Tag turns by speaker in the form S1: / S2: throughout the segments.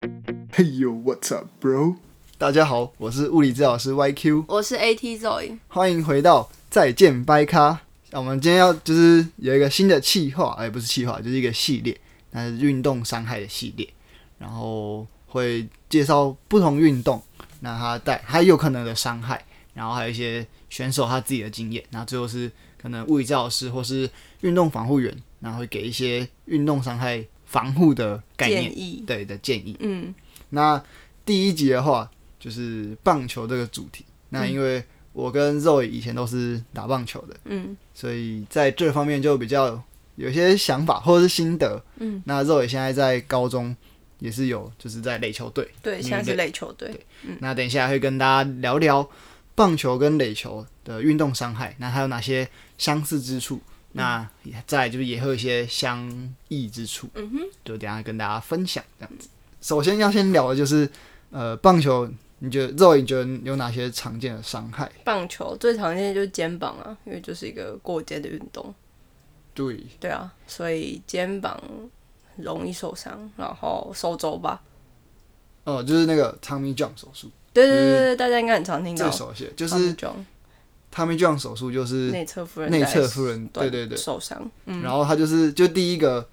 S1: Hey yo，what's up, bro？
S2: 大家好，我是物理治疗师 YQ，
S3: 我是 AT Zoe，
S2: 欢迎回到再见掰咖。那我们今天要就是有一个新的企划，哎，不是企划，就是一个系列，那是运动伤害的系列，然后会介绍不同运动，那它带它有可能的伤害，然后还有一些选手他自己的经验，那最后是可能物理治疗师或是运动防护员，然后会给一些运动伤害防护的概念，
S3: 建议，
S2: 对的建议。
S3: 嗯，
S2: 那第一集的话，就是棒球这个主题。那因为我跟 Zoe 以前都是打棒球的，
S3: 嗯，
S2: 所以在这方面就比较有些想法或者是心得。
S3: 嗯，
S2: 那 Zoe 现在在高中也是有，就是在垒球队。
S3: 对，现在是垒球队，
S2: 那等一下会跟大家聊聊棒球跟垒球的运动伤害，那还有哪些相似之处？
S3: 嗯
S2: 那也再来就是也会有一些相异之处，
S3: 嗯哼，
S2: 就等一下跟大家分享这样子。首先要先聊的就是，呃，棒球，你觉得肉，你觉得有哪些常见的伤害？
S3: 棒球最常见的就是肩膀啊，因为就是一个过肩的运动，
S2: 对，
S3: 对啊，所以肩膀很容易受伤，然后手肘吧，
S2: 哦、就是那个 Tommy John 手术
S3: 对对对对，大家应该很常听到
S2: 最，熟悉的，嗯就是 Tommy John 手术，就是
S3: 内侧夫人
S2: 内侧夫人对对对
S3: 受伤，
S2: 然后他就是就第一个，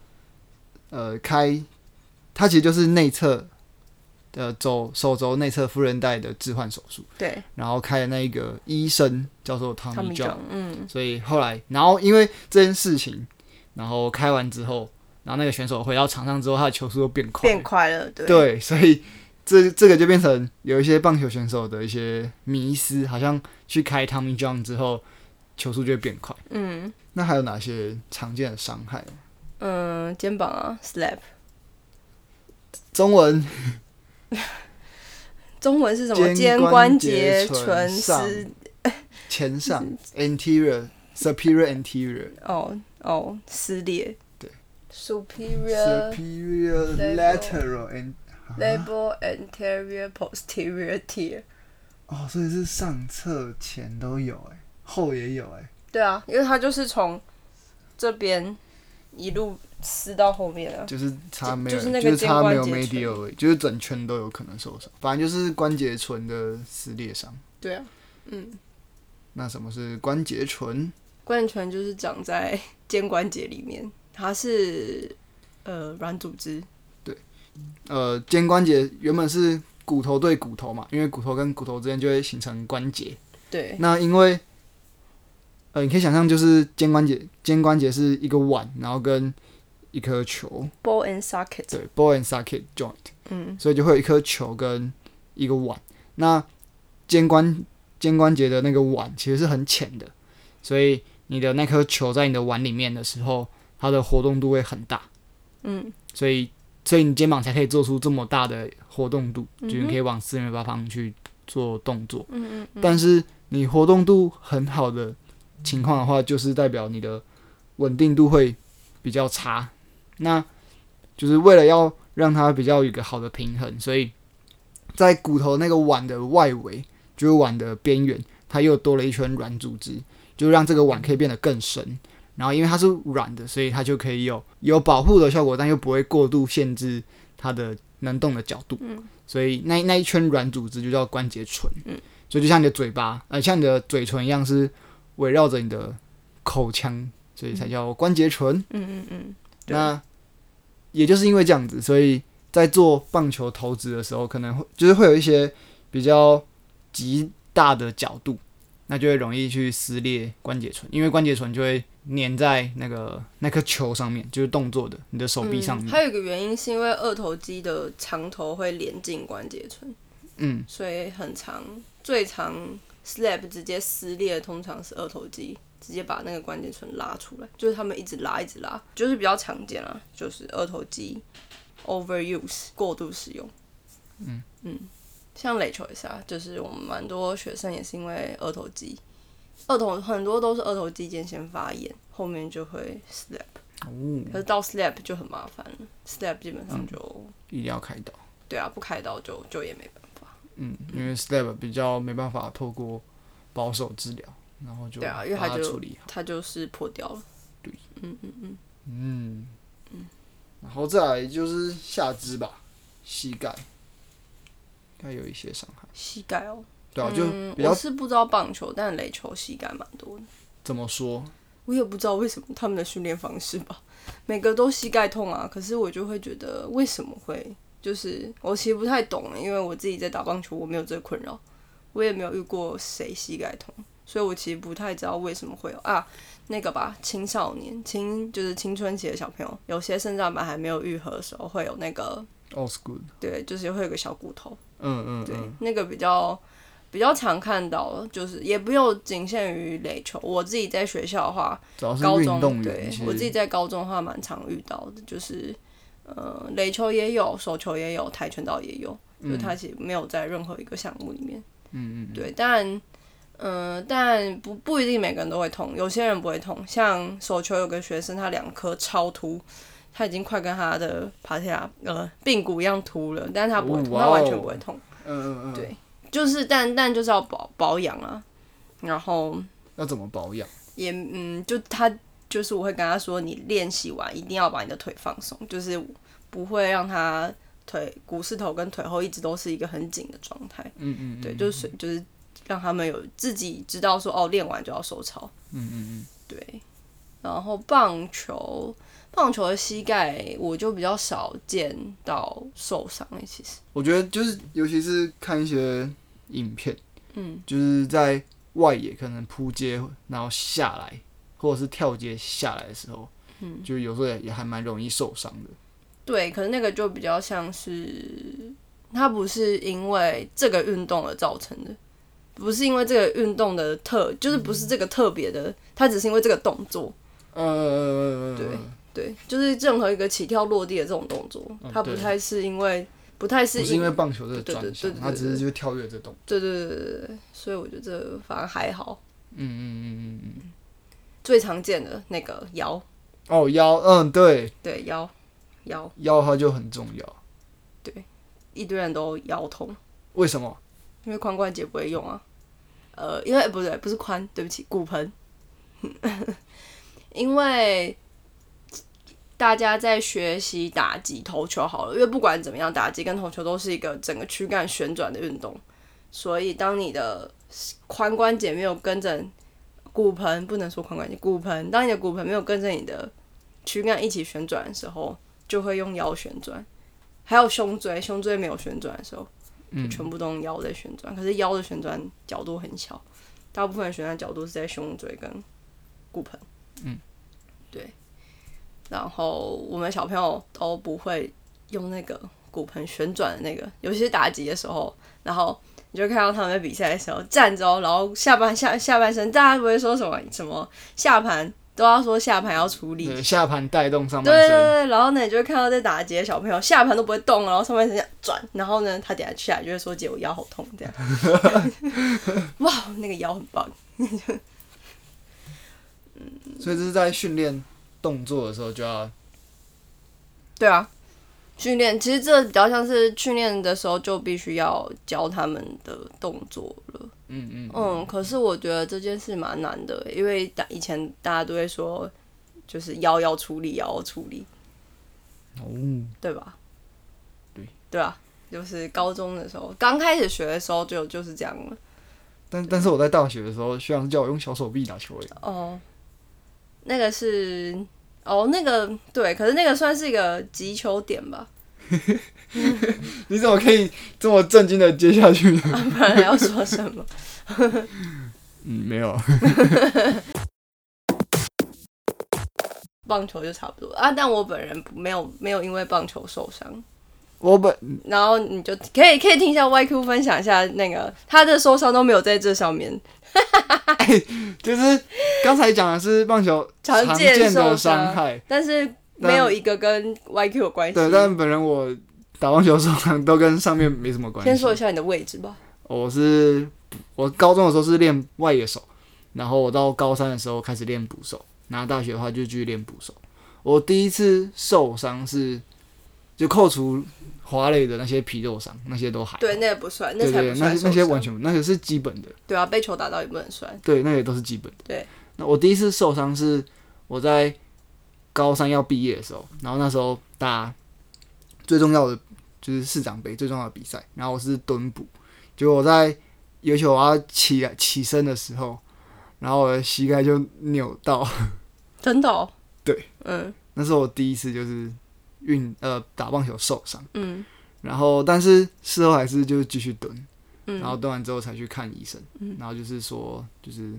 S2: 呃，开，他其实就是内侧的肘手肘内侧副韧带的置换手术，
S3: 对，
S2: 然后开的那一个医生叫做汤
S3: 他
S2: 米
S3: 们
S2: 教，
S3: 讲，嗯，
S2: 所以后来，然后因为这件事情，然后开完之后，然后那个选手回到场上之后，他的球速又变快，
S3: 变快了，对，
S2: 对，所以这这个就变成有一些棒球选手的一些迷思，好像去开 Tommy John 之后，球速就会变快。
S3: 嗯
S2: 那还有哪些常见的伤害？
S3: 嗯，肩膀啊，slap，
S2: 中文
S3: 中文是什么？
S2: 肩
S3: 肩
S2: 关
S3: 关
S2: 节
S3: 节
S2: 唇
S3: 唇
S2: 上
S3: 丝，
S2: 前上
S3: 嗯
S2: anterior superior anterior
S3: 哦哦，撕裂，
S2: 对
S3: ，superior。
S2: superior
S3: Level
S2: lateral 啊 and
S3: Label anterior posterior tier。
S2: 哦，所以是上侧前都有哎、后也有哎、
S3: 对啊，因为它就是从这边一路撕到后面啊。
S2: 就是差没有，
S3: 就是那个肩
S2: 差没有
S3: 关节
S2: medial，而已就是整圈都有可能受伤，反正就是关节唇的撕裂伤。
S3: 对啊，嗯，
S2: 那什么是关节唇？
S3: 关节拳就是长在肩关节里面，它是呃软组织。
S2: 呃，肩关节原本是骨头对骨头嘛，因为骨头跟骨头之间就会形成关节。
S3: 对，
S2: 那因为，呃，你可以想象，就是肩关节，肩关节是一个碗，然后跟一颗球，
S3: ball and socket。
S2: 对，ball and socket joint，
S3: 嗯，
S2: 所以就会有一颗球跟一个碗。那肩关肩关节的那个碗其实是很浅的，所以你的那颗球在你的碗里面的时候，它的活动度会很大。
S3: 嗯，
S2: 所以所以你肩膀才可以做出这么大的活动度，就是你可以往四面八方去做动作。
S3: 嗯
S2: 但是你活动度很好的情况的话，就是代表你的稳定度会比较差。那就是为了要让它比较有一个好的平衡，所以在骨头那个碗的外围，就是碗的边缘，它又多了一圈软组织，就让这个碗可以变得更深。然后因为它是软的，所以它就可以有有保护的效果，但又不会过度限制它的能动的角度。
S3: 嗯
S2: 所以那那一圈软组织就叫关节唇。
S3: 嗯
S2: 所以就像你的嘴巴，呃，像你的嘴唇一样，是围绕着你的口腔，所以才叫关节唇。
S3: 嗯嗯嗯，对
S2: 那也就是因为这样子，所以在做棒球投掷的时候，可能会就是会有一些比较极大的角度，那就会容易去撕裂关节唇，因为关节唇就会粘在那个那颗球上面，就是动作的你的手臂上面。
S3: 嗯还有一个原因是因为二头肌的长头会连进关节唇，
S2: 嗯，
S3: 所以很长，最长 slap 直接撕裂，通常是二头肌，直接把那个关节唇拉出来，就是他们一直拉一直拉，就是比较常见啦，就是二头肌 overuse 过度使用。嗯像垒球也是啊，就是我们蛮多学生也是因为二头肌，二头很多都是二头肌间先发炎，后面就会 slap，
S2: 哦，
S3: 可是到 slap 就很麻烦了，slap 基本
S2: 嗯
S3: 上就、
S2: 一定要开刀。
S3: 对啊，不开刀就就也没办法。
S2: 嗯，因为 step 比较没办法透过保守治疗，然后就
S3: 对啊因为
S2: 把
S3: 它
S2: 它
S3: 就
S2: 处理好。
S3: 它就是破掉了。
S2: 对，
S3: 嗯嗯嗯，
S2: 嗯，然后再来就是下肢吧，膝盖。该有一些伤害，
S3: 膝盖哦，
S2: 对啊，就
S3: 嗯
S2: 比较
S3: 我是不知道棒球，但垒球膝盖蛮多的。
S2: 怎么说，
S3: 我也不知道为什么他们的训练方式吧，每个都膝盖痛啊。可是我就会觉得为什么会，就是我其实不太懂，欸因为我自己在打棒球，我没有这个困扰，我也没有遇过谁膝盖痛，所以我其实不太知道为什么会有啊。那个吧，青少年青就是青春期的小朋友，有些肾脏板还没有愈合的时候会有那个，
S2: o l d school，
S3: 对，就是会有个小骨头，
S2: 嗯嗯
S3: 对，
S2: 嗯，
S3: 那个比较比较常看到，就是也不用仅限于垒球。我自己在学校的话，
S2: 主要是
S3: 高
S2: 运动
S3: 中
S2: 员，
S3: 对
S2: 其实
S3: 我自己在高中的话蛮常遇到的，就是呃垒球也有，手球也有，跆拳道也有，就它其实没有在任何一个项目里面。
S2: 嗯嗯，
S3: 对，但嗯，但不不一定每个人都会痛，有些人不会痛。像手球有个学生，他两颗超凸，他已经快跟他的帕提亚呃髌骨一样凸了，但是他不会痛，
S2: 哦哇
S3: 他
S2: 哦
S3: 完全不会痛。
S2: 嗯嗯嗯，
S3: 对就是但但就是要保保养啊，然后
S2: 要怎么保养？
S3: 也嗯，就他就是我会跟他说，你练习完一定要把你的腿放松，就是不会让他腿股四头跟腿后一直都是一个很紧的状态。
S2: 嗯嗯，
S3: 对，就是就是让他们有自己知道说哦，练完就要收操。
S2: 嗯嗯
S3: 对，然后棒球棒球的膝盖我就比较少见到受伤诶，其实
S2: 嗯，我觉得就是尤其是看一些影片，
S3: 嗯
S2: 就是在外野可能扑街，然后下来或者是跳接下来的时候，
S3: 嗯，
S2: 就有时候也也还蛮容易受伤的。
S3: 对，可是那个就比较像是，它不是因为这个运动而造成的，不是因为这个运动的特，就是不是这
S2: 嗯
S3: 个特别的，它只是因为这个动作，
S2: 呃，
S3: 对对，就是任何一个起跳落地的这种动作
S2: 嗯，
S3: 它不
S2: 对
S3: 太是因为，不太
S2: 不
S3: 是
S2: 是因为棒球这个专
S3: 对对对
S2: 项
S3: 对，对
S2: 它只是就是跳跃这动。
S3: 对对对对对对，所以我觉得这反而还好。
S2: 嗯嗯嗯嗯嗯。
S3: 最常见的那个腰，
S2: 哦，腰，嗯，对，
S3: 对腰腰，
S2: 腰它就很重要。
S3: 一堆人都腰痛，
S2: 为什么？
S3: 因为髋关节不会用啊。呃，因为不对，不是髋，对不起，骨盆。 因为大家在学习打击投球好了，因为不管怎么样，打击跟投球都是一个整个躯干旋转的运动，所以当你的髋关节没有跟着骨盆，不能说髋关节，骨盆，当你的骨盆没有跟着你的躯干一起旋转的时候，就会用腰旋转，还有胸椎，胸椎没有旋转的时候，
S2: 嗯
S3: 就全部都用腰在旋转，可是腰的旋转角度很小，大部分的旋转角度是在胸椎跟骨盆。
S2: 嗯，
S3: 对。然后我们小朋友都不会用那个骨盆旋转的那个，尤其是打击的时候，然后你就看到他们在比赛的时候站着哦，然后下半下下半身，大家不会说什么什么下盘，都要说下盘要处理，
S2: 对，下盘带动上
S3: 对
S2: 半
S3: 对
S2: 身，
S3: 对，然后呢，你就会看到在打劫的小朋友下盘都不会动，然后上半身这样转，然后呢，他等下下来就会说：“姐，我腰好痛。”这样，哇，那个腰很棒。
S2: 所以这是在训练动作的时候就要
S3: 对啊，训练其实这比较像是训练的时候就必须要教他们的动作了。
S2: 嗯嗯
S3: 嗯，可是我觉得这件事蛮难的，因为打以前大家都会说，就是腰要处理，腰要处理，嗯
S2: 哦，
S3: 对吧？
S2: 对，
S3: 对啊，就是高中的时候，刚开始学的时候就就是这样了。
S2: 但但是我在大学的时候，学长是叫我用小手臂打球诶，
S3: 哦，那个是哦，那个对，可是那个算是一个击球点吧，
S2: 你怎么可以这么震惊的接下去呢？
S3: 不然还要说什么？
S2: 嗯，没有，
S3: 棒球就差不多啊，但我本人不没有没有因为棒球受伤，
S2: 我本
S3: 然后你就可以可以听一下 YQ 分享一下那个他的受伤都没有在这上面，
S2: 就是刚才讲的是棒球
S3: 常
S2: 常
S3: 见
S2: 见
S3: 受
S2: 的
S3: 伤
S2: 伤害，
S3: 但是没有一个跟 YQ 有关系。
S2: 对，但本人我打棒球受伤都跟上面没什么关系。
S3: 先说一下你的位置吧。
S2: 我是我高中的时候是练外野手，然后我到高三的时候开始练捕手，然后大学的话就继续练捕手。我第一次受伤是就扣除滑垒的那些皮肉伤，那些都还好
S3: 对，那也不算，
S2: 对
S3: 才
S2: 对，那
S3: 不算
S2: 些那些
S3: 受伤
S2: 完全那些是基本的，
S3: 对啊，被球打到也不能算。
S2: 对，那也都是基本的。
S3: 对，
S2: 那我第一次受伤是我在高三要毕业的时候，然后那时候打最重要的就是市长杯最重要的比赛，然后我是蹲捕，结果我在尤其我要起来起身的时候，然后我的膝盖就扭到，
S3: 真的、哦？
S2: 对，
S3: 嗯
S2: 那是我第一次就是运呃打棒球受伤，
S3: 嗯
S2: 然后但是事后还是就是继续蹲，然后
S3: 嗯，
S2: 蹲完之后才去看医生，
S3: 嗯
S2: 然后就是说就是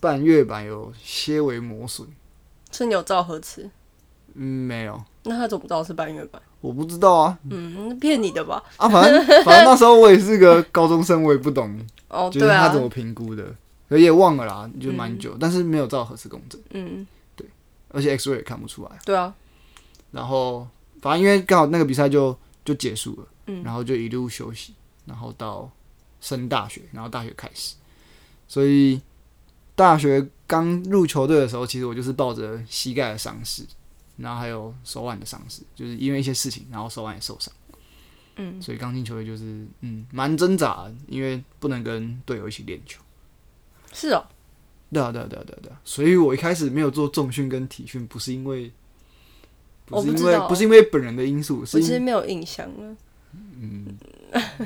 S2: 半月板有些微磨损，
S3: 是扭照核磁，
S2: 嗯，没有，
S3: 那他怎么知道是半月板？
S2: 我不知道啊
S3: 嗯，那骗你的吧？
S2: 啊，反正 反正那时候我也是个高中生，我也不懂，
S3: 哦，
S2: 就是
S3: 对
S2: 他
S3: 啊
S2: 怎，么评估的，我也忘了啦，就蛮久，但是没有照核磁共振，
S3: 嗯，
S2: 而且 X ray 也看不出来，
S3: 对啊，
S2: 然后反正因为刚好那个比赛就就结束了，
S3: 嗯
S2: 然后就一路休息，然后到升大学，然后大学开始，所以大学刚入球队的时候，其实我就是抱着膝盖的伤势，然后还有手腕的伤势，就是因为一些事情，然后手腕也受伤，
S3: 嗯
S2: 所以刚进球队就是嗯蛮挣扎的，因为不能跟队友一起练球。
S3: 是哦，
S2: 对啊，对啊，对啊，对啊，对啊。所以我一开始没有做重训跟体训，不是因为，不
S3: 我
S2: 是
S3: 不
S2: 因
S3: 知
S2: 为，
S3: 道
S2: 不是因为本人的因素，
S3: 我
S2: 是
S3: 其
S2: 因
S3: 实
S2: 为，
S3: 没有印象了，
S2: 嗯，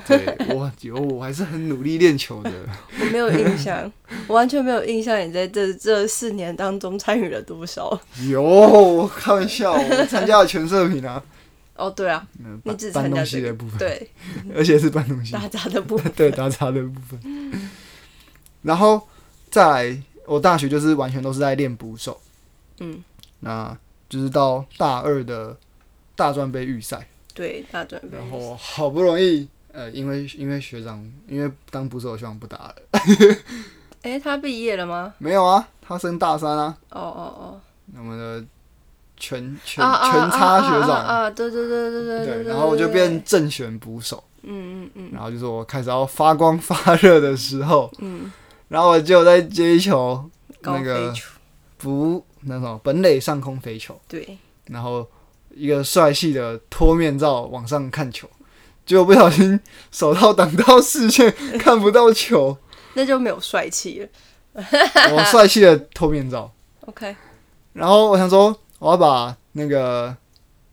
S2: 对我有，我还是很努力练 球的。
S3: 我没有 印象，我完全没有印象你在这这四年当中参与了多少。
S2: 有，我开玩笑，我参加了全社品啊，
S3: 哦，对啊，
S2: 嗯
S3: 你
S2: 搬
S3: 只参
S2: 搬
S3: 加
S2: 东
S3: 这
S2: 西
S3: 个
S2: 的部分，
S3: 对，
S2: 而且是搬东 西，，
S3: 打杂的部分
S2: 对打杂的部分。然后再来，我大学就是完全都是在练捕手，
S3: 嗯，
S2: 那就是到大二的大专杯预赛。
S3: 对，大准备
S2: 然。后好不容易，呃，因为因为学长，因为当捕手的学长不打了，
S3: 哎、他毕业了吗？
S2: 没有啊，他升大三啊，
S3: 哦哦
S2: 我们的全
S3: 哦，
S2: 全
S3: 啊啊
S2: 全
S3: 啊
S2: 差学
S3: 啊啊
S2: 长，
S3: 啊，对对对对对
S2: 对，
S3: 对。
S2: 然后我就
S3: 对
S2: 变，正选捕手，
S3: 嗯嗯嗯
S2: 然后就是我开始要发光发热的时候，
S3: 嗯，
S2: 然后我就在接球
S3: 高
S2: 那个
S3: 飞球，
S2: 不那什么本垒上空飞球，
S3: 对，
S2: 然后一个帅气的脱面罩往上看球。结果不小心手套挡到视线，看不到球。
S3: 那就没有帅气了。
S2: 我帅气的脱面罩，
S3: OK，
S2: 然后我想说，我要把那个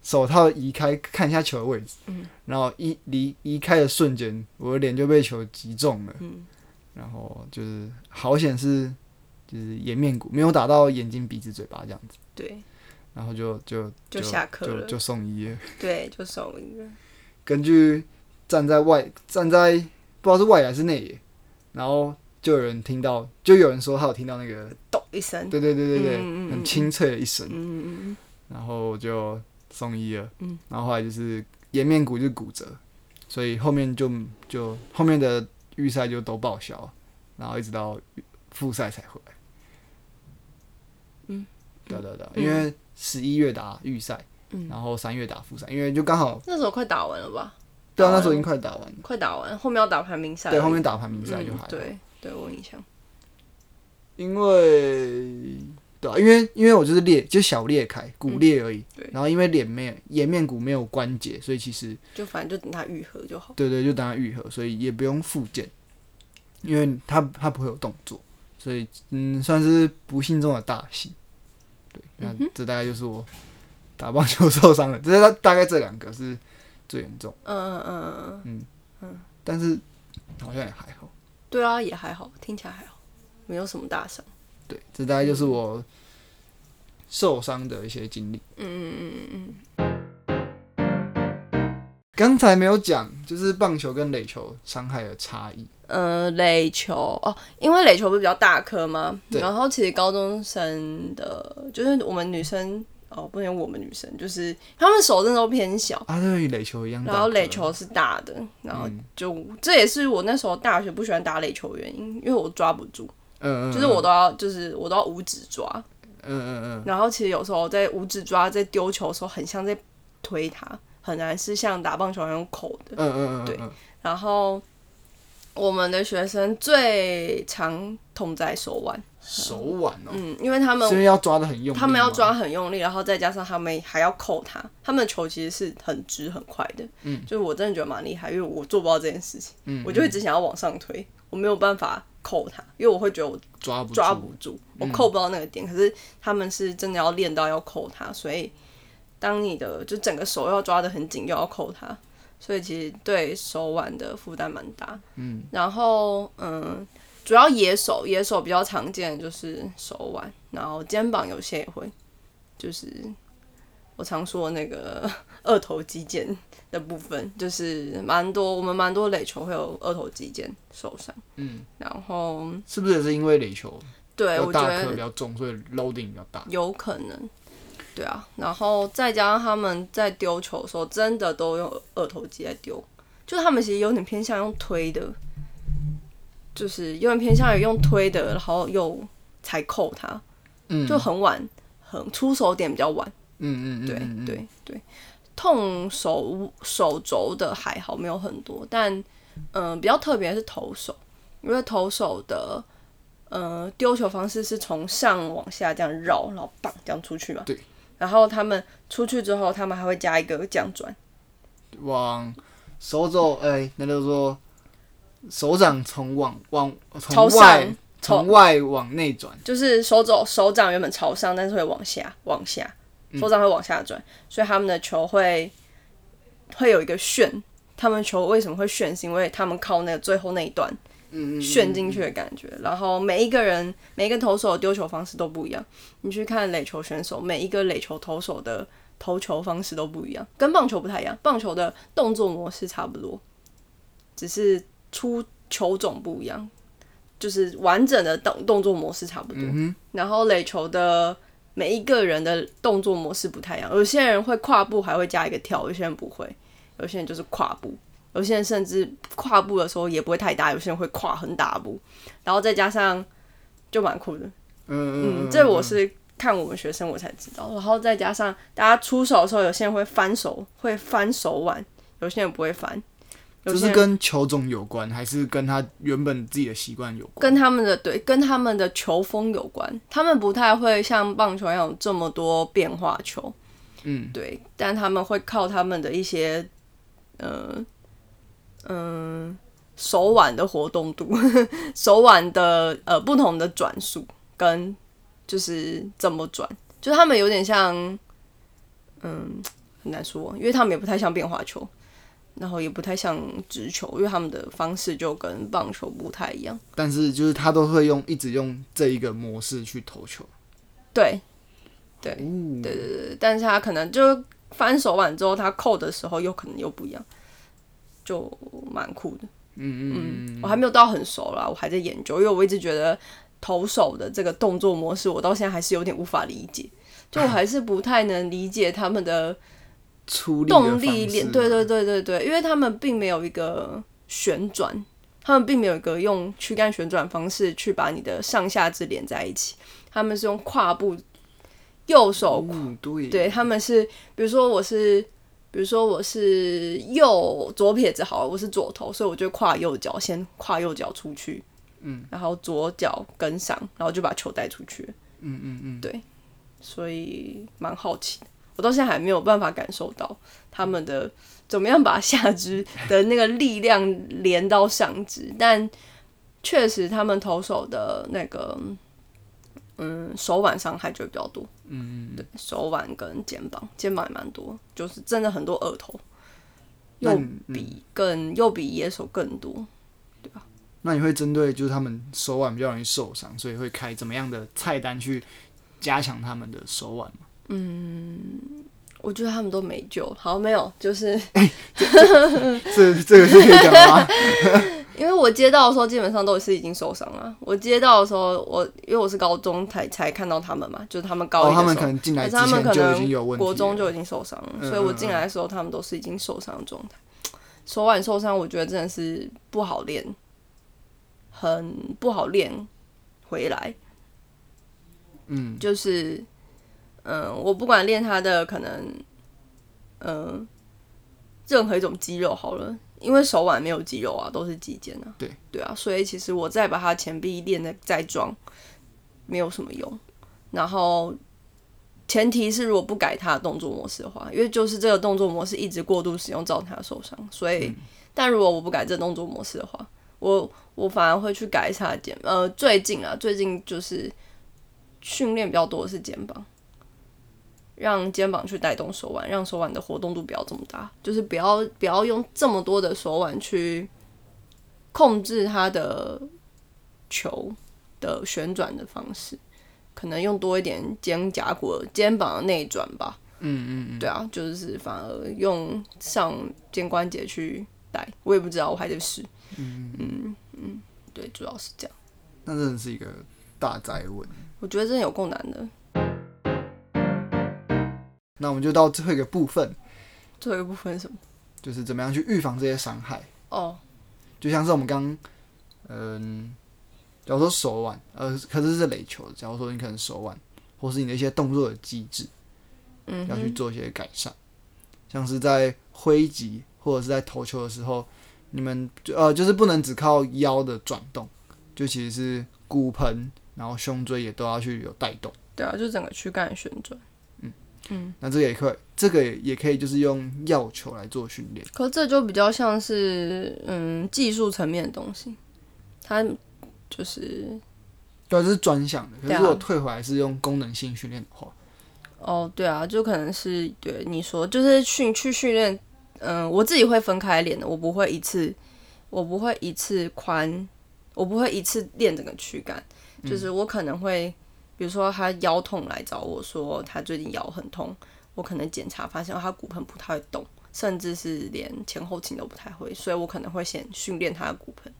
S2: 手套移开，看一下球的位置。
S3: 嗯
S2: 然后一离移开的瞬间，我的脸就被球击中了。
S3: 嗯
S2: 然后就是好险是就是颜面骨，没有打到眼睛、鼻子、嘴巴这样子。
S3: 对
S2: 然后就就
S3: 就下课
S2: 就
S3: 了
S2: 就送医了。
S3: 对，就手赢了。
S2: 根据站在外站在不知道是外野还是内野，然后就有人听到，就有人说他有听到那个，
S3: 咚一声，
S2: 对对对对对，
S3: 嗯嗯嗯
S2: 很清脆的一声。
S3: 嗯嗯
S2: 然后就送医了。
S3: 嗯
S2: 然后后来就是颜面骨就骨折，所以后面就就后面的预赛就都报销，然后一直到复赛才回来。
S3: 嗯，
S2: 对对对，
S3: 嗯
S2: 因为十一月打预赛，
S3: 嗯嗯，
S2: 然后三月打复赛，因为就刚好
S3: 那时候快打完了吧？
S2: 对啊，
S3: 打完
S2: 那时候已经快打完了，
S3: 快打完，后面要打排名赛而已。
S2: 对，后面打排名赛就还
S3: 嗯
S2: 好，
S3: 对对，我有印象。
S2: 因为。对啊，因为因为我就是裂，就小裂开骨裂而已。
S3: 对
S2: 然后因为脸没有颜面骨没有关节，所以其实
S3: 就反正就等它愈合就好。
S2: 对对，就等它愈合，所以也不用复健，因为它它不会有动作，所以嗯，算是不幸中的大幸。对，那
S3: 嗯哼
S2: 这大概就是我打棒球受伤了，这大大概这两个是最严重，
S3: 嗯嗯嗯嗯，嗯，
S2: 但是好像也还好。
S3: 对啊，也还好，听起来还好，没有什么大伤。
S2: 对，这大概就是我受伤的一些经历。
S3: 嗯嗯嗯嗯
S2: 刚才没有讲，就是棒球跟垒球伤害的差异。
S3: 嗯，呃，垒球哦，因为垒球不是比较大颗吗？
S2: 对
S3: 然后其实高中生的，就是我们女生哦，不能我们女生，就是她们手真的都偏小。
S2: 啊，对，垒球一样大颗。
S3: 然后垒球是大的，然后
S2: 嗯
S3: 就、这也是我那时候大学不喜欢打垒球的原因，因为我抓不住，
S2: 嗯，嗯嗯，
S3: 就是我都要就是我都要五指抓，
S2: 嗯嗯嗯
S3: 然后其实有时候在五指抓在丢球的时候，很像在推它，很难是像打棒球那样用口的。
S2: 嗯嗯嗯，
S3: 对然后我们的学生最常痛在手腕，
S2: 手腕哦，
S3: 嗯，因为他
S2: 是因
S3: 们
S2: 为要抓的很用力吗，
S3: 他们要抓很用力，然后再加上他们还要扣它，他们的球其实是很直很快的，
S2: 嗯，
S3: 就是我真的觉得蛮厉害，因为我做不到这件事情，
S2: 嗯，嗯，
S3: 我就会只想要往上推，我没有办法扣它，因为我会觉得我
S2: 抓不
S3: 抓
S2: 住嗯
S3: 不住，我扣不到那个点。可是他们是真的要练到要扣它，所以当你的就整个手要抓得很紧，又要扣它，所以其实对手腕的负担蛮大。
S2: 嗯，
S3: 然后嗯，主要野手，野手比较常见的就是手腕，然后肩膀有些也会，就是我常说的那个 二头肌腱的部分，就是蛮多我们蛮多垒球会有二头肌腱受伤。
S2: 嗯，
S3: 然后
S2: 是不是也是因为垒球
S3: 对
S2: 要
S3: 我觉
S2: 大颗
S3: 得
S2: 比较重，所以 loading 比较大？
S3: 有可能，对啊。然后再加上他们在丢球的时候，真的都用二头肌在丢，就是他们其实有点偏向用推的，就是有点偏向于用推的，然后又才扣它，
S2: 嗯，
S3: 就很晚，很出手点比较晚。
S2: 嗯嗯嗯，
S3: 对
S2: 嗯，
S3: 对对，痛手手肘的还好，没有很多，但嗯、呃比较特别的是投手，因为投手的呃丢球方式是从上往下这样绕，然后棒这样出去嘛。
S2: 对。
S3: 然后他们出去之后，他们还会加一个这样转，
S2: 嗯往手肘，哎、那叫做手掌从往往
S3: 朝
S2: 从外
S3: 上，
S2: 从外往内转。
S3: 就是手肘手掌原本朝上，但是会往下往下，
S2: 嗯
S3: 手掌会往下转，所以他们的球会会有一个旋。他们球为什么会旋？是因为他们靠那个最后那一段
S2: 嗯嗯，嗯
S3: 旋进去的感觉。然后每一个人每一个投手的丢球方式都不一样，你去看垒球选手，每一个垒球投手的投球方式都不一样，跟棒球不太一样。棒球的动作模式差不多，只是出球种不一样，就是完整的动动作模式差不多。
S2: 嗯
S3: 然后垒球的。每一个人的动作模式不太一样，有些人会跨步还会加一个跳，有些人不会，有些人就是跨步，有些人甚至跨步的时候也不会太大，有些人会跨很大步，然后再加上就蛮酷的。
S2: 嗯嗯
S3: 嗯，
S2: 嗯，
S3: 这我是看我们学生我才知道，然后再加上大家出手的时候，有些人会翻手，会翻手腕，有些人不会翻，有
S2: 这
S3: 些
S2: 是
S3: 人
S2: 跟球种有关，还是跟他原本自己的习惯有关？
S3: 跟他们的对，跟他们的球风有关。他们不太会像棒球一样有这么多变化球，
S2: 嗯，
S3: 对，但他们会靠他们的一些，呃，嗯、手腕的活动度， 手腕的呃不同的转速跟就是怎么转，就是他们有点像，嗯，很难说，因为他们也不太像变化球。然后也不太像直球，因为他们的方式就跟棒球不太一样。
S2: 但是就是他都会用一直用这一个模式去投球。
S3: 对，对
S2: 哦，对对，
S3: 呃但是他可能就翻手腕之后，他扣的时候又可能又不一样，就蛮酷的。
S2: 嗯嗯嗯，
S3: 我还没有到很熟啦，我还在研究，因为我一直觉得投手的这个动作模式，我到现在还是有点无法理解，就我还是不太能理解他们的
S2: 出力的
S3: 动
S2: 方
S3: 力
S2: 式
S3: 链。对对对对对，因为他们并没有一个旋转，他们并没有一个用躯干旋转方式去把你的上下肢连在一起，他们是用跨步，右手
S2: 哦对
S3: 对，他们是，比如说我是，比如说我是右左撇子，好了，我是左投，所以我就跨右脚，先跨右脚出去，
S2: 嗯，
S3: 然后左脚跟上，然后就把球带出去，
S2: 嗯嗯嗯，
S3: 对所以蛮好奇的，我到现在还没有办法感受到他们的怎么样把下肢的那个力量连到上肢，但确实他们投手的那个。嗯，手腕伤害就会比较多。
S2: 嗯嗯嗯，
S3: 手腕跟肩膀，肩膀也蛮多，就是真的很多额头，
S2: 那
S3: 右
S2: 你嗯
S3: 比更右比野手更多。
S2: 那你会针对就是他们手腕比较容易受伤，所以会开怎么样的菜单去加强他们的手腕吗？
S3: 我觉得他们都没救，好没有，就是
S2: 这这个是可以讲的 吗？
S3: 因为我接到的时候基本上都是已经受伤了。啊我接到的时候，我因为我是高中才才看到他们嘛，就是他们高一
S2: 哦，
S3: 的时候，
S2: 他们可能进来
S3: 可
S2: 之
S3: 是他们
S2: 前
S3: 可
S2: 就已经有
S3: 能
S2: 问题了，
S3: 国中就已经受伤了，
S2: 嗯
S3: 所以我进来的时候他们都是已经受伤的状态。手腕受伤，我觉得真的是不好练，很不好练回来。
S2: 嗯
S3: 就是，嗯、我不管练他的可能，嗯、任何一种肌肉好了，因为手腕没有肌肉啊，都是肌腱啊。
S2: 对
S3: 对啊，所以其实我再把他前臂练的再壮，没有什么用。然后前提是如果不改他的动作模式的话，因为就是这个动作模式一直过度使用造成他的受伤，所以、
S2: 嗯
S3: 但如果我不改这动作模式的话，我我反而会去改一下肩，呃，最近啊，最近就是训练比较多的是肩膀，让肩膀去带动手腕，让手腕的活动度不要这么大，就是不要不要用这么多的手腕去控制它的球的旋转的方式，可能用多一点肩胛骨、肩膀的内转吧。
S2: 嗯嗯嗯，
S3: 对啊，就是反而用上肩关节去带，我也不知道，我还在试。嗯嗯嗯，对，主要是这样。
S2: 那真的是一个大灾问。
S3: 我觉得真的有够难的。
S2: 那我们就到最后一个部分，
S3: 最后一部分是什么？
S2: 就是怎么样去预防这些伤害。
S3: 哦，
S2: 就像是我们刚，嗯，假如说手腕，呃，可是是垒球的，假如说你可能手腕，或是你的一些动作的机制，
S3: 嗯
S2: 要去
S3: 哼，
S2: 做一些改善，像是在挥击或者是在投球的时候，你们就呃就是不能只靠腰的转动，就其实是骨盆，然后胸椎也都要去有带动。
S3: 对啊，就整个躯干的旋转。嗯
S2: 那这个也可以，这个也也可以就是用药球来做训练。
S3: 可这就比较像是嗯技术层面的东西，它就是
S2: 对、啊，这是专项的。可
S3: 对
S2: 是
S3: 啊
S2: 如果退回来是用功能性训练的话，
S3: 哦，对啊，就可能是对你说，就是训去训练，嗯，我自己会分开练的，我不会一次，我不会一次宽，我不会一次练整个躯干，就是我可能会，比如说他腰痛来找我说他最近腰很痛，我可能检查发现哦他骨盆不太会动，甚至是连前后倾都不太会，所以我可能会先训练他的骨盆。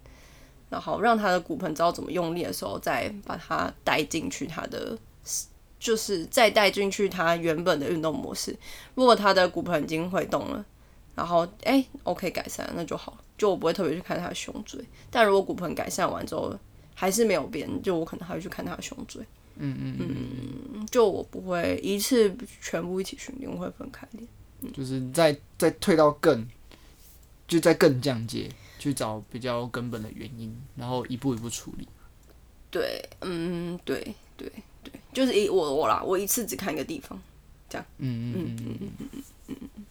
S3: 然后让他的骨盆知道怎么用力的时候，再把它带进去他的就是再带进去他原本的运动模式。如果他的骨盆已经会动了，然后哎、o k 改善了那就好，就我不会特别去看他的胸椎。但如果骨盆改善完之后还是没有变，就我可能还会去看他的胸椎。
S2: 嗯嗯
S3: 嗯就我不会一次全部一起训练，我会分开练。
S2: 嗯，就是再再退到更，就再更降阶，去找比较根本的原因，然后一步一步处理。
S3: 对，嗯，对对对，就是一我我啦，我一次只看一个地方。
S2: 嗯嗯嗯嗯嗯。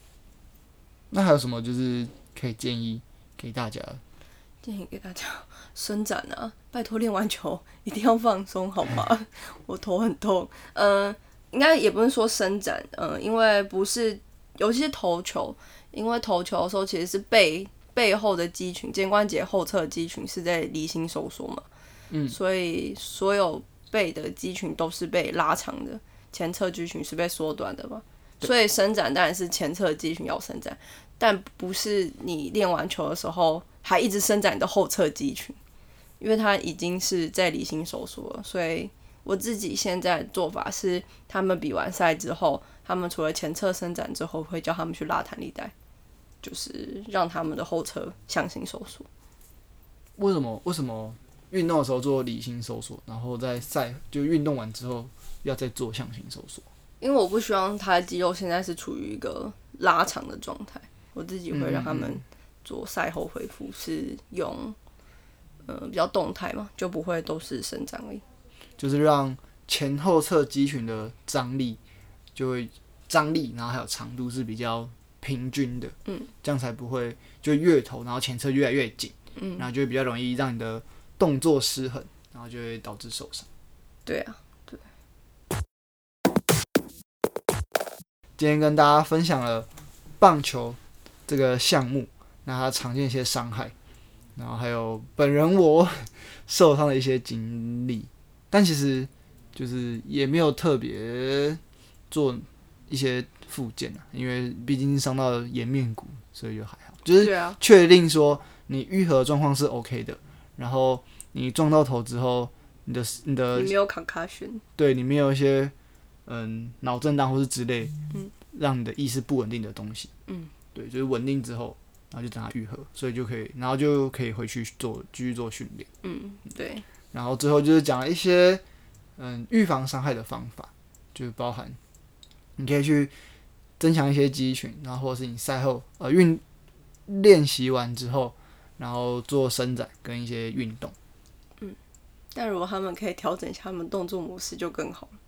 S2: 那还有什么就是可以建议给大家？
S3: 建议给大家 伸展啊，拜托练完球一定要放松，好吗？ 我头很痛。嗯、应该也不是说伸展，嗯、因为不是，尤其是投球，因为投球的时候其实是背背后的肌群，肩关节后侧的肌群是在离心收缩嘛，
S2: 嗯
S3: 所以所有背的肌群都是被拉长的，前侧肌群是被缩短的嘛。所以伸展当然是前侧肌群要伸展，但不是你练完球的时候还一直伸展你的后侧肌群，因为它已经是在离心收缩了。所以我自己现在的做法是，他们比完赛之后，他们除了前侧伸展之后，会叫他们去拉弹力带，就是让他们的后侧向心收缩。
S2: 为什么为什么运动的时候做离心收缩，然后在赛就运动完之后要再做向心收缩？
S3: 因为我不希望他的肌肉现在是处于一个拉长的状态，我自己会让他们做赛后恢复是用，呃，比较动态嘛，就不会都是伸展而已。
S2: 就是让前后侧肌群的张力就会张力，然后还有长度是比较平均的，
S3: 嗯，
S2: 这样才不会就越头，然后前侧越来越紧，
S3: 嗯
S2: 然后就会比较容易让你的动作失衡，然后就会导致受伤。
S3: 对啊，
S2: 今天跟大家分享了棒球这个项目，那它常见一些伤害，然后还有本人我 受伤的一些经历，但其实就是也没有特别做一些复健啊，因为毕竟伤到颜面骨，所以就还好，就是
S3: 对啊，
S2: 确定说你愈合状况是 OK 的，然后你撞到头之后，你的你的
S3: 你没有 concussion，
S2: 对里面有一些嗯脑震荡或是之类，
S3: 嗯
S2: 让你的意识不稳定的东西，
S3: 嗯，
S2: 对，就是稳定之后，然后就等它愈合，所以就可以，然后就可以回去做继续做训练，
S3: 嗯，对，
S2: 然后最后就是讲了一些嗯预防伤害的方法，就是包含你可以去增强一些肌群，然后或者是你赛后呃运练习完之后，然后做伸展跟一些运动。
S3: 但如果他们可以调整一下他们动作模式就更好了。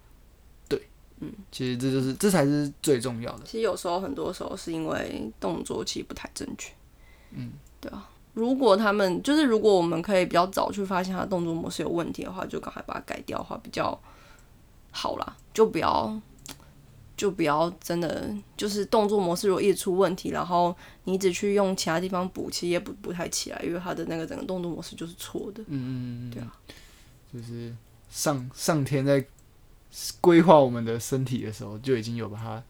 S2: 其实这就是，这才是最重要的。
S3: 其实有时候很多时候是因为动作其实不太正确，嗯，对啊。如果他们就是如果我们可以比较早去发现他的动作模式有问题的话，就赶快把它改掉的话比较好啦，就不要就不要真的就是动作模式如果一直出问题，然后你一直去用其他地方补，其实也补不太起来，因为它的那个整个动作模式就是错的。
S2: 嗯嗯嗯，
S3: 对啊，
S2: 就是上上天在规划我们的身体的时候，就已经有把它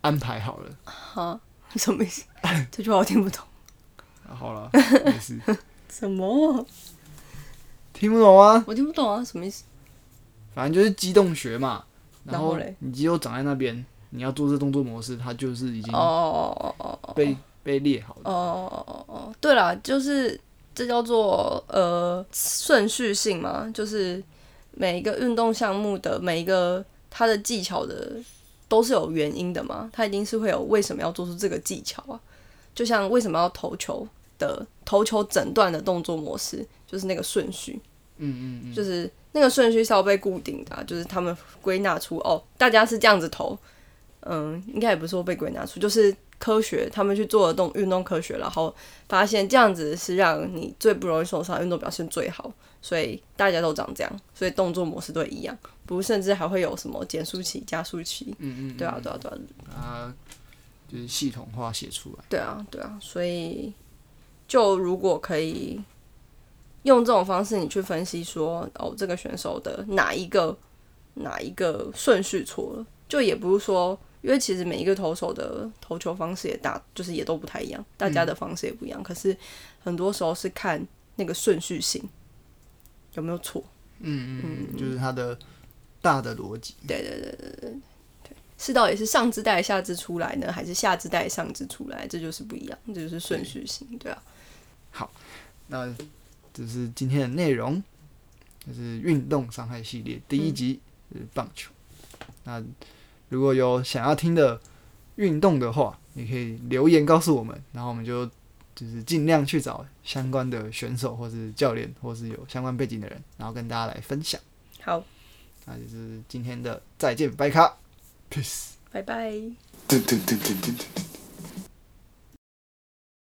S2: 安排好了。
S3: 哈， 什么意思？这句话我听不懂。
S2: 啊好 了，没事，
S3: 什 么？
S2: 听不懂啊，
S3: 我听不懂啊，什么意思？
S2: 反正就是机动学嘛。然
S3: 然后
S2: 后
S3: 嘞
S2: 你肌肉长在那边，你要做这动作模式，它就是已经
S3: 哦哦哦哦
S2: 被被列好了。
S3: 哦哦哦！对啦，就是这叫做呃顺序性嘛，就是每一个运动项目的每一个它的技巧的都是有原因的嘛，它一定是会有为什么要做出这个技巧啊，就像为什么要投球的投球诊断的动作模式，就是那个顺序，
S2: 嗯嗯嗯，
S3: 就是那个顺序是要被固定的啊、就是他们归纳出哦，大家是这样子投，嗯，应该也不是说被归纳出，就是科学他们去做的动运动科学，然后发现这样子是让你最不容易受伤，运动表现最好，所以大家都长这样，所以动作模式都一样，不甚至还会有什么减速期、加速期，
S2: 嗯嗯，
S3: 对啊，对啊，对啊，
S2: 啊，就是系统化写出来。
S3: 对啊，对啊，所以就如果可以用这种方式，你去分析说，哦，这个选手的哪一个哪一个顺序错了，就也不是说，因为其实每一个投手的投球方式也大，就是也都不太一样，大家的方式也不一样，可是很多时候是看那个顺序性有没有错。
S2: 嗯嗯嗯，就是它的大的逻辑。
S3: 对对对对对对对，是到底是上肢带下肢出来呢，还是下肢带上肢出来？这就是不一样，这就是顺序性，对啊。
S2: 那这是今天的内容，就是运动伤害系列第一集，就是棒球。那如果有想要听的运动的话，你可以留言告诉我们，然后我们就就是尽量去找相关的选手或是教练或是有相关背景的人，然后跟大家来分享。
S3: 好，
S2: 那就是今天的再见，拜卡，peace。
S3: 拜拜。
S1: 噔噔噔噔噔噔噔。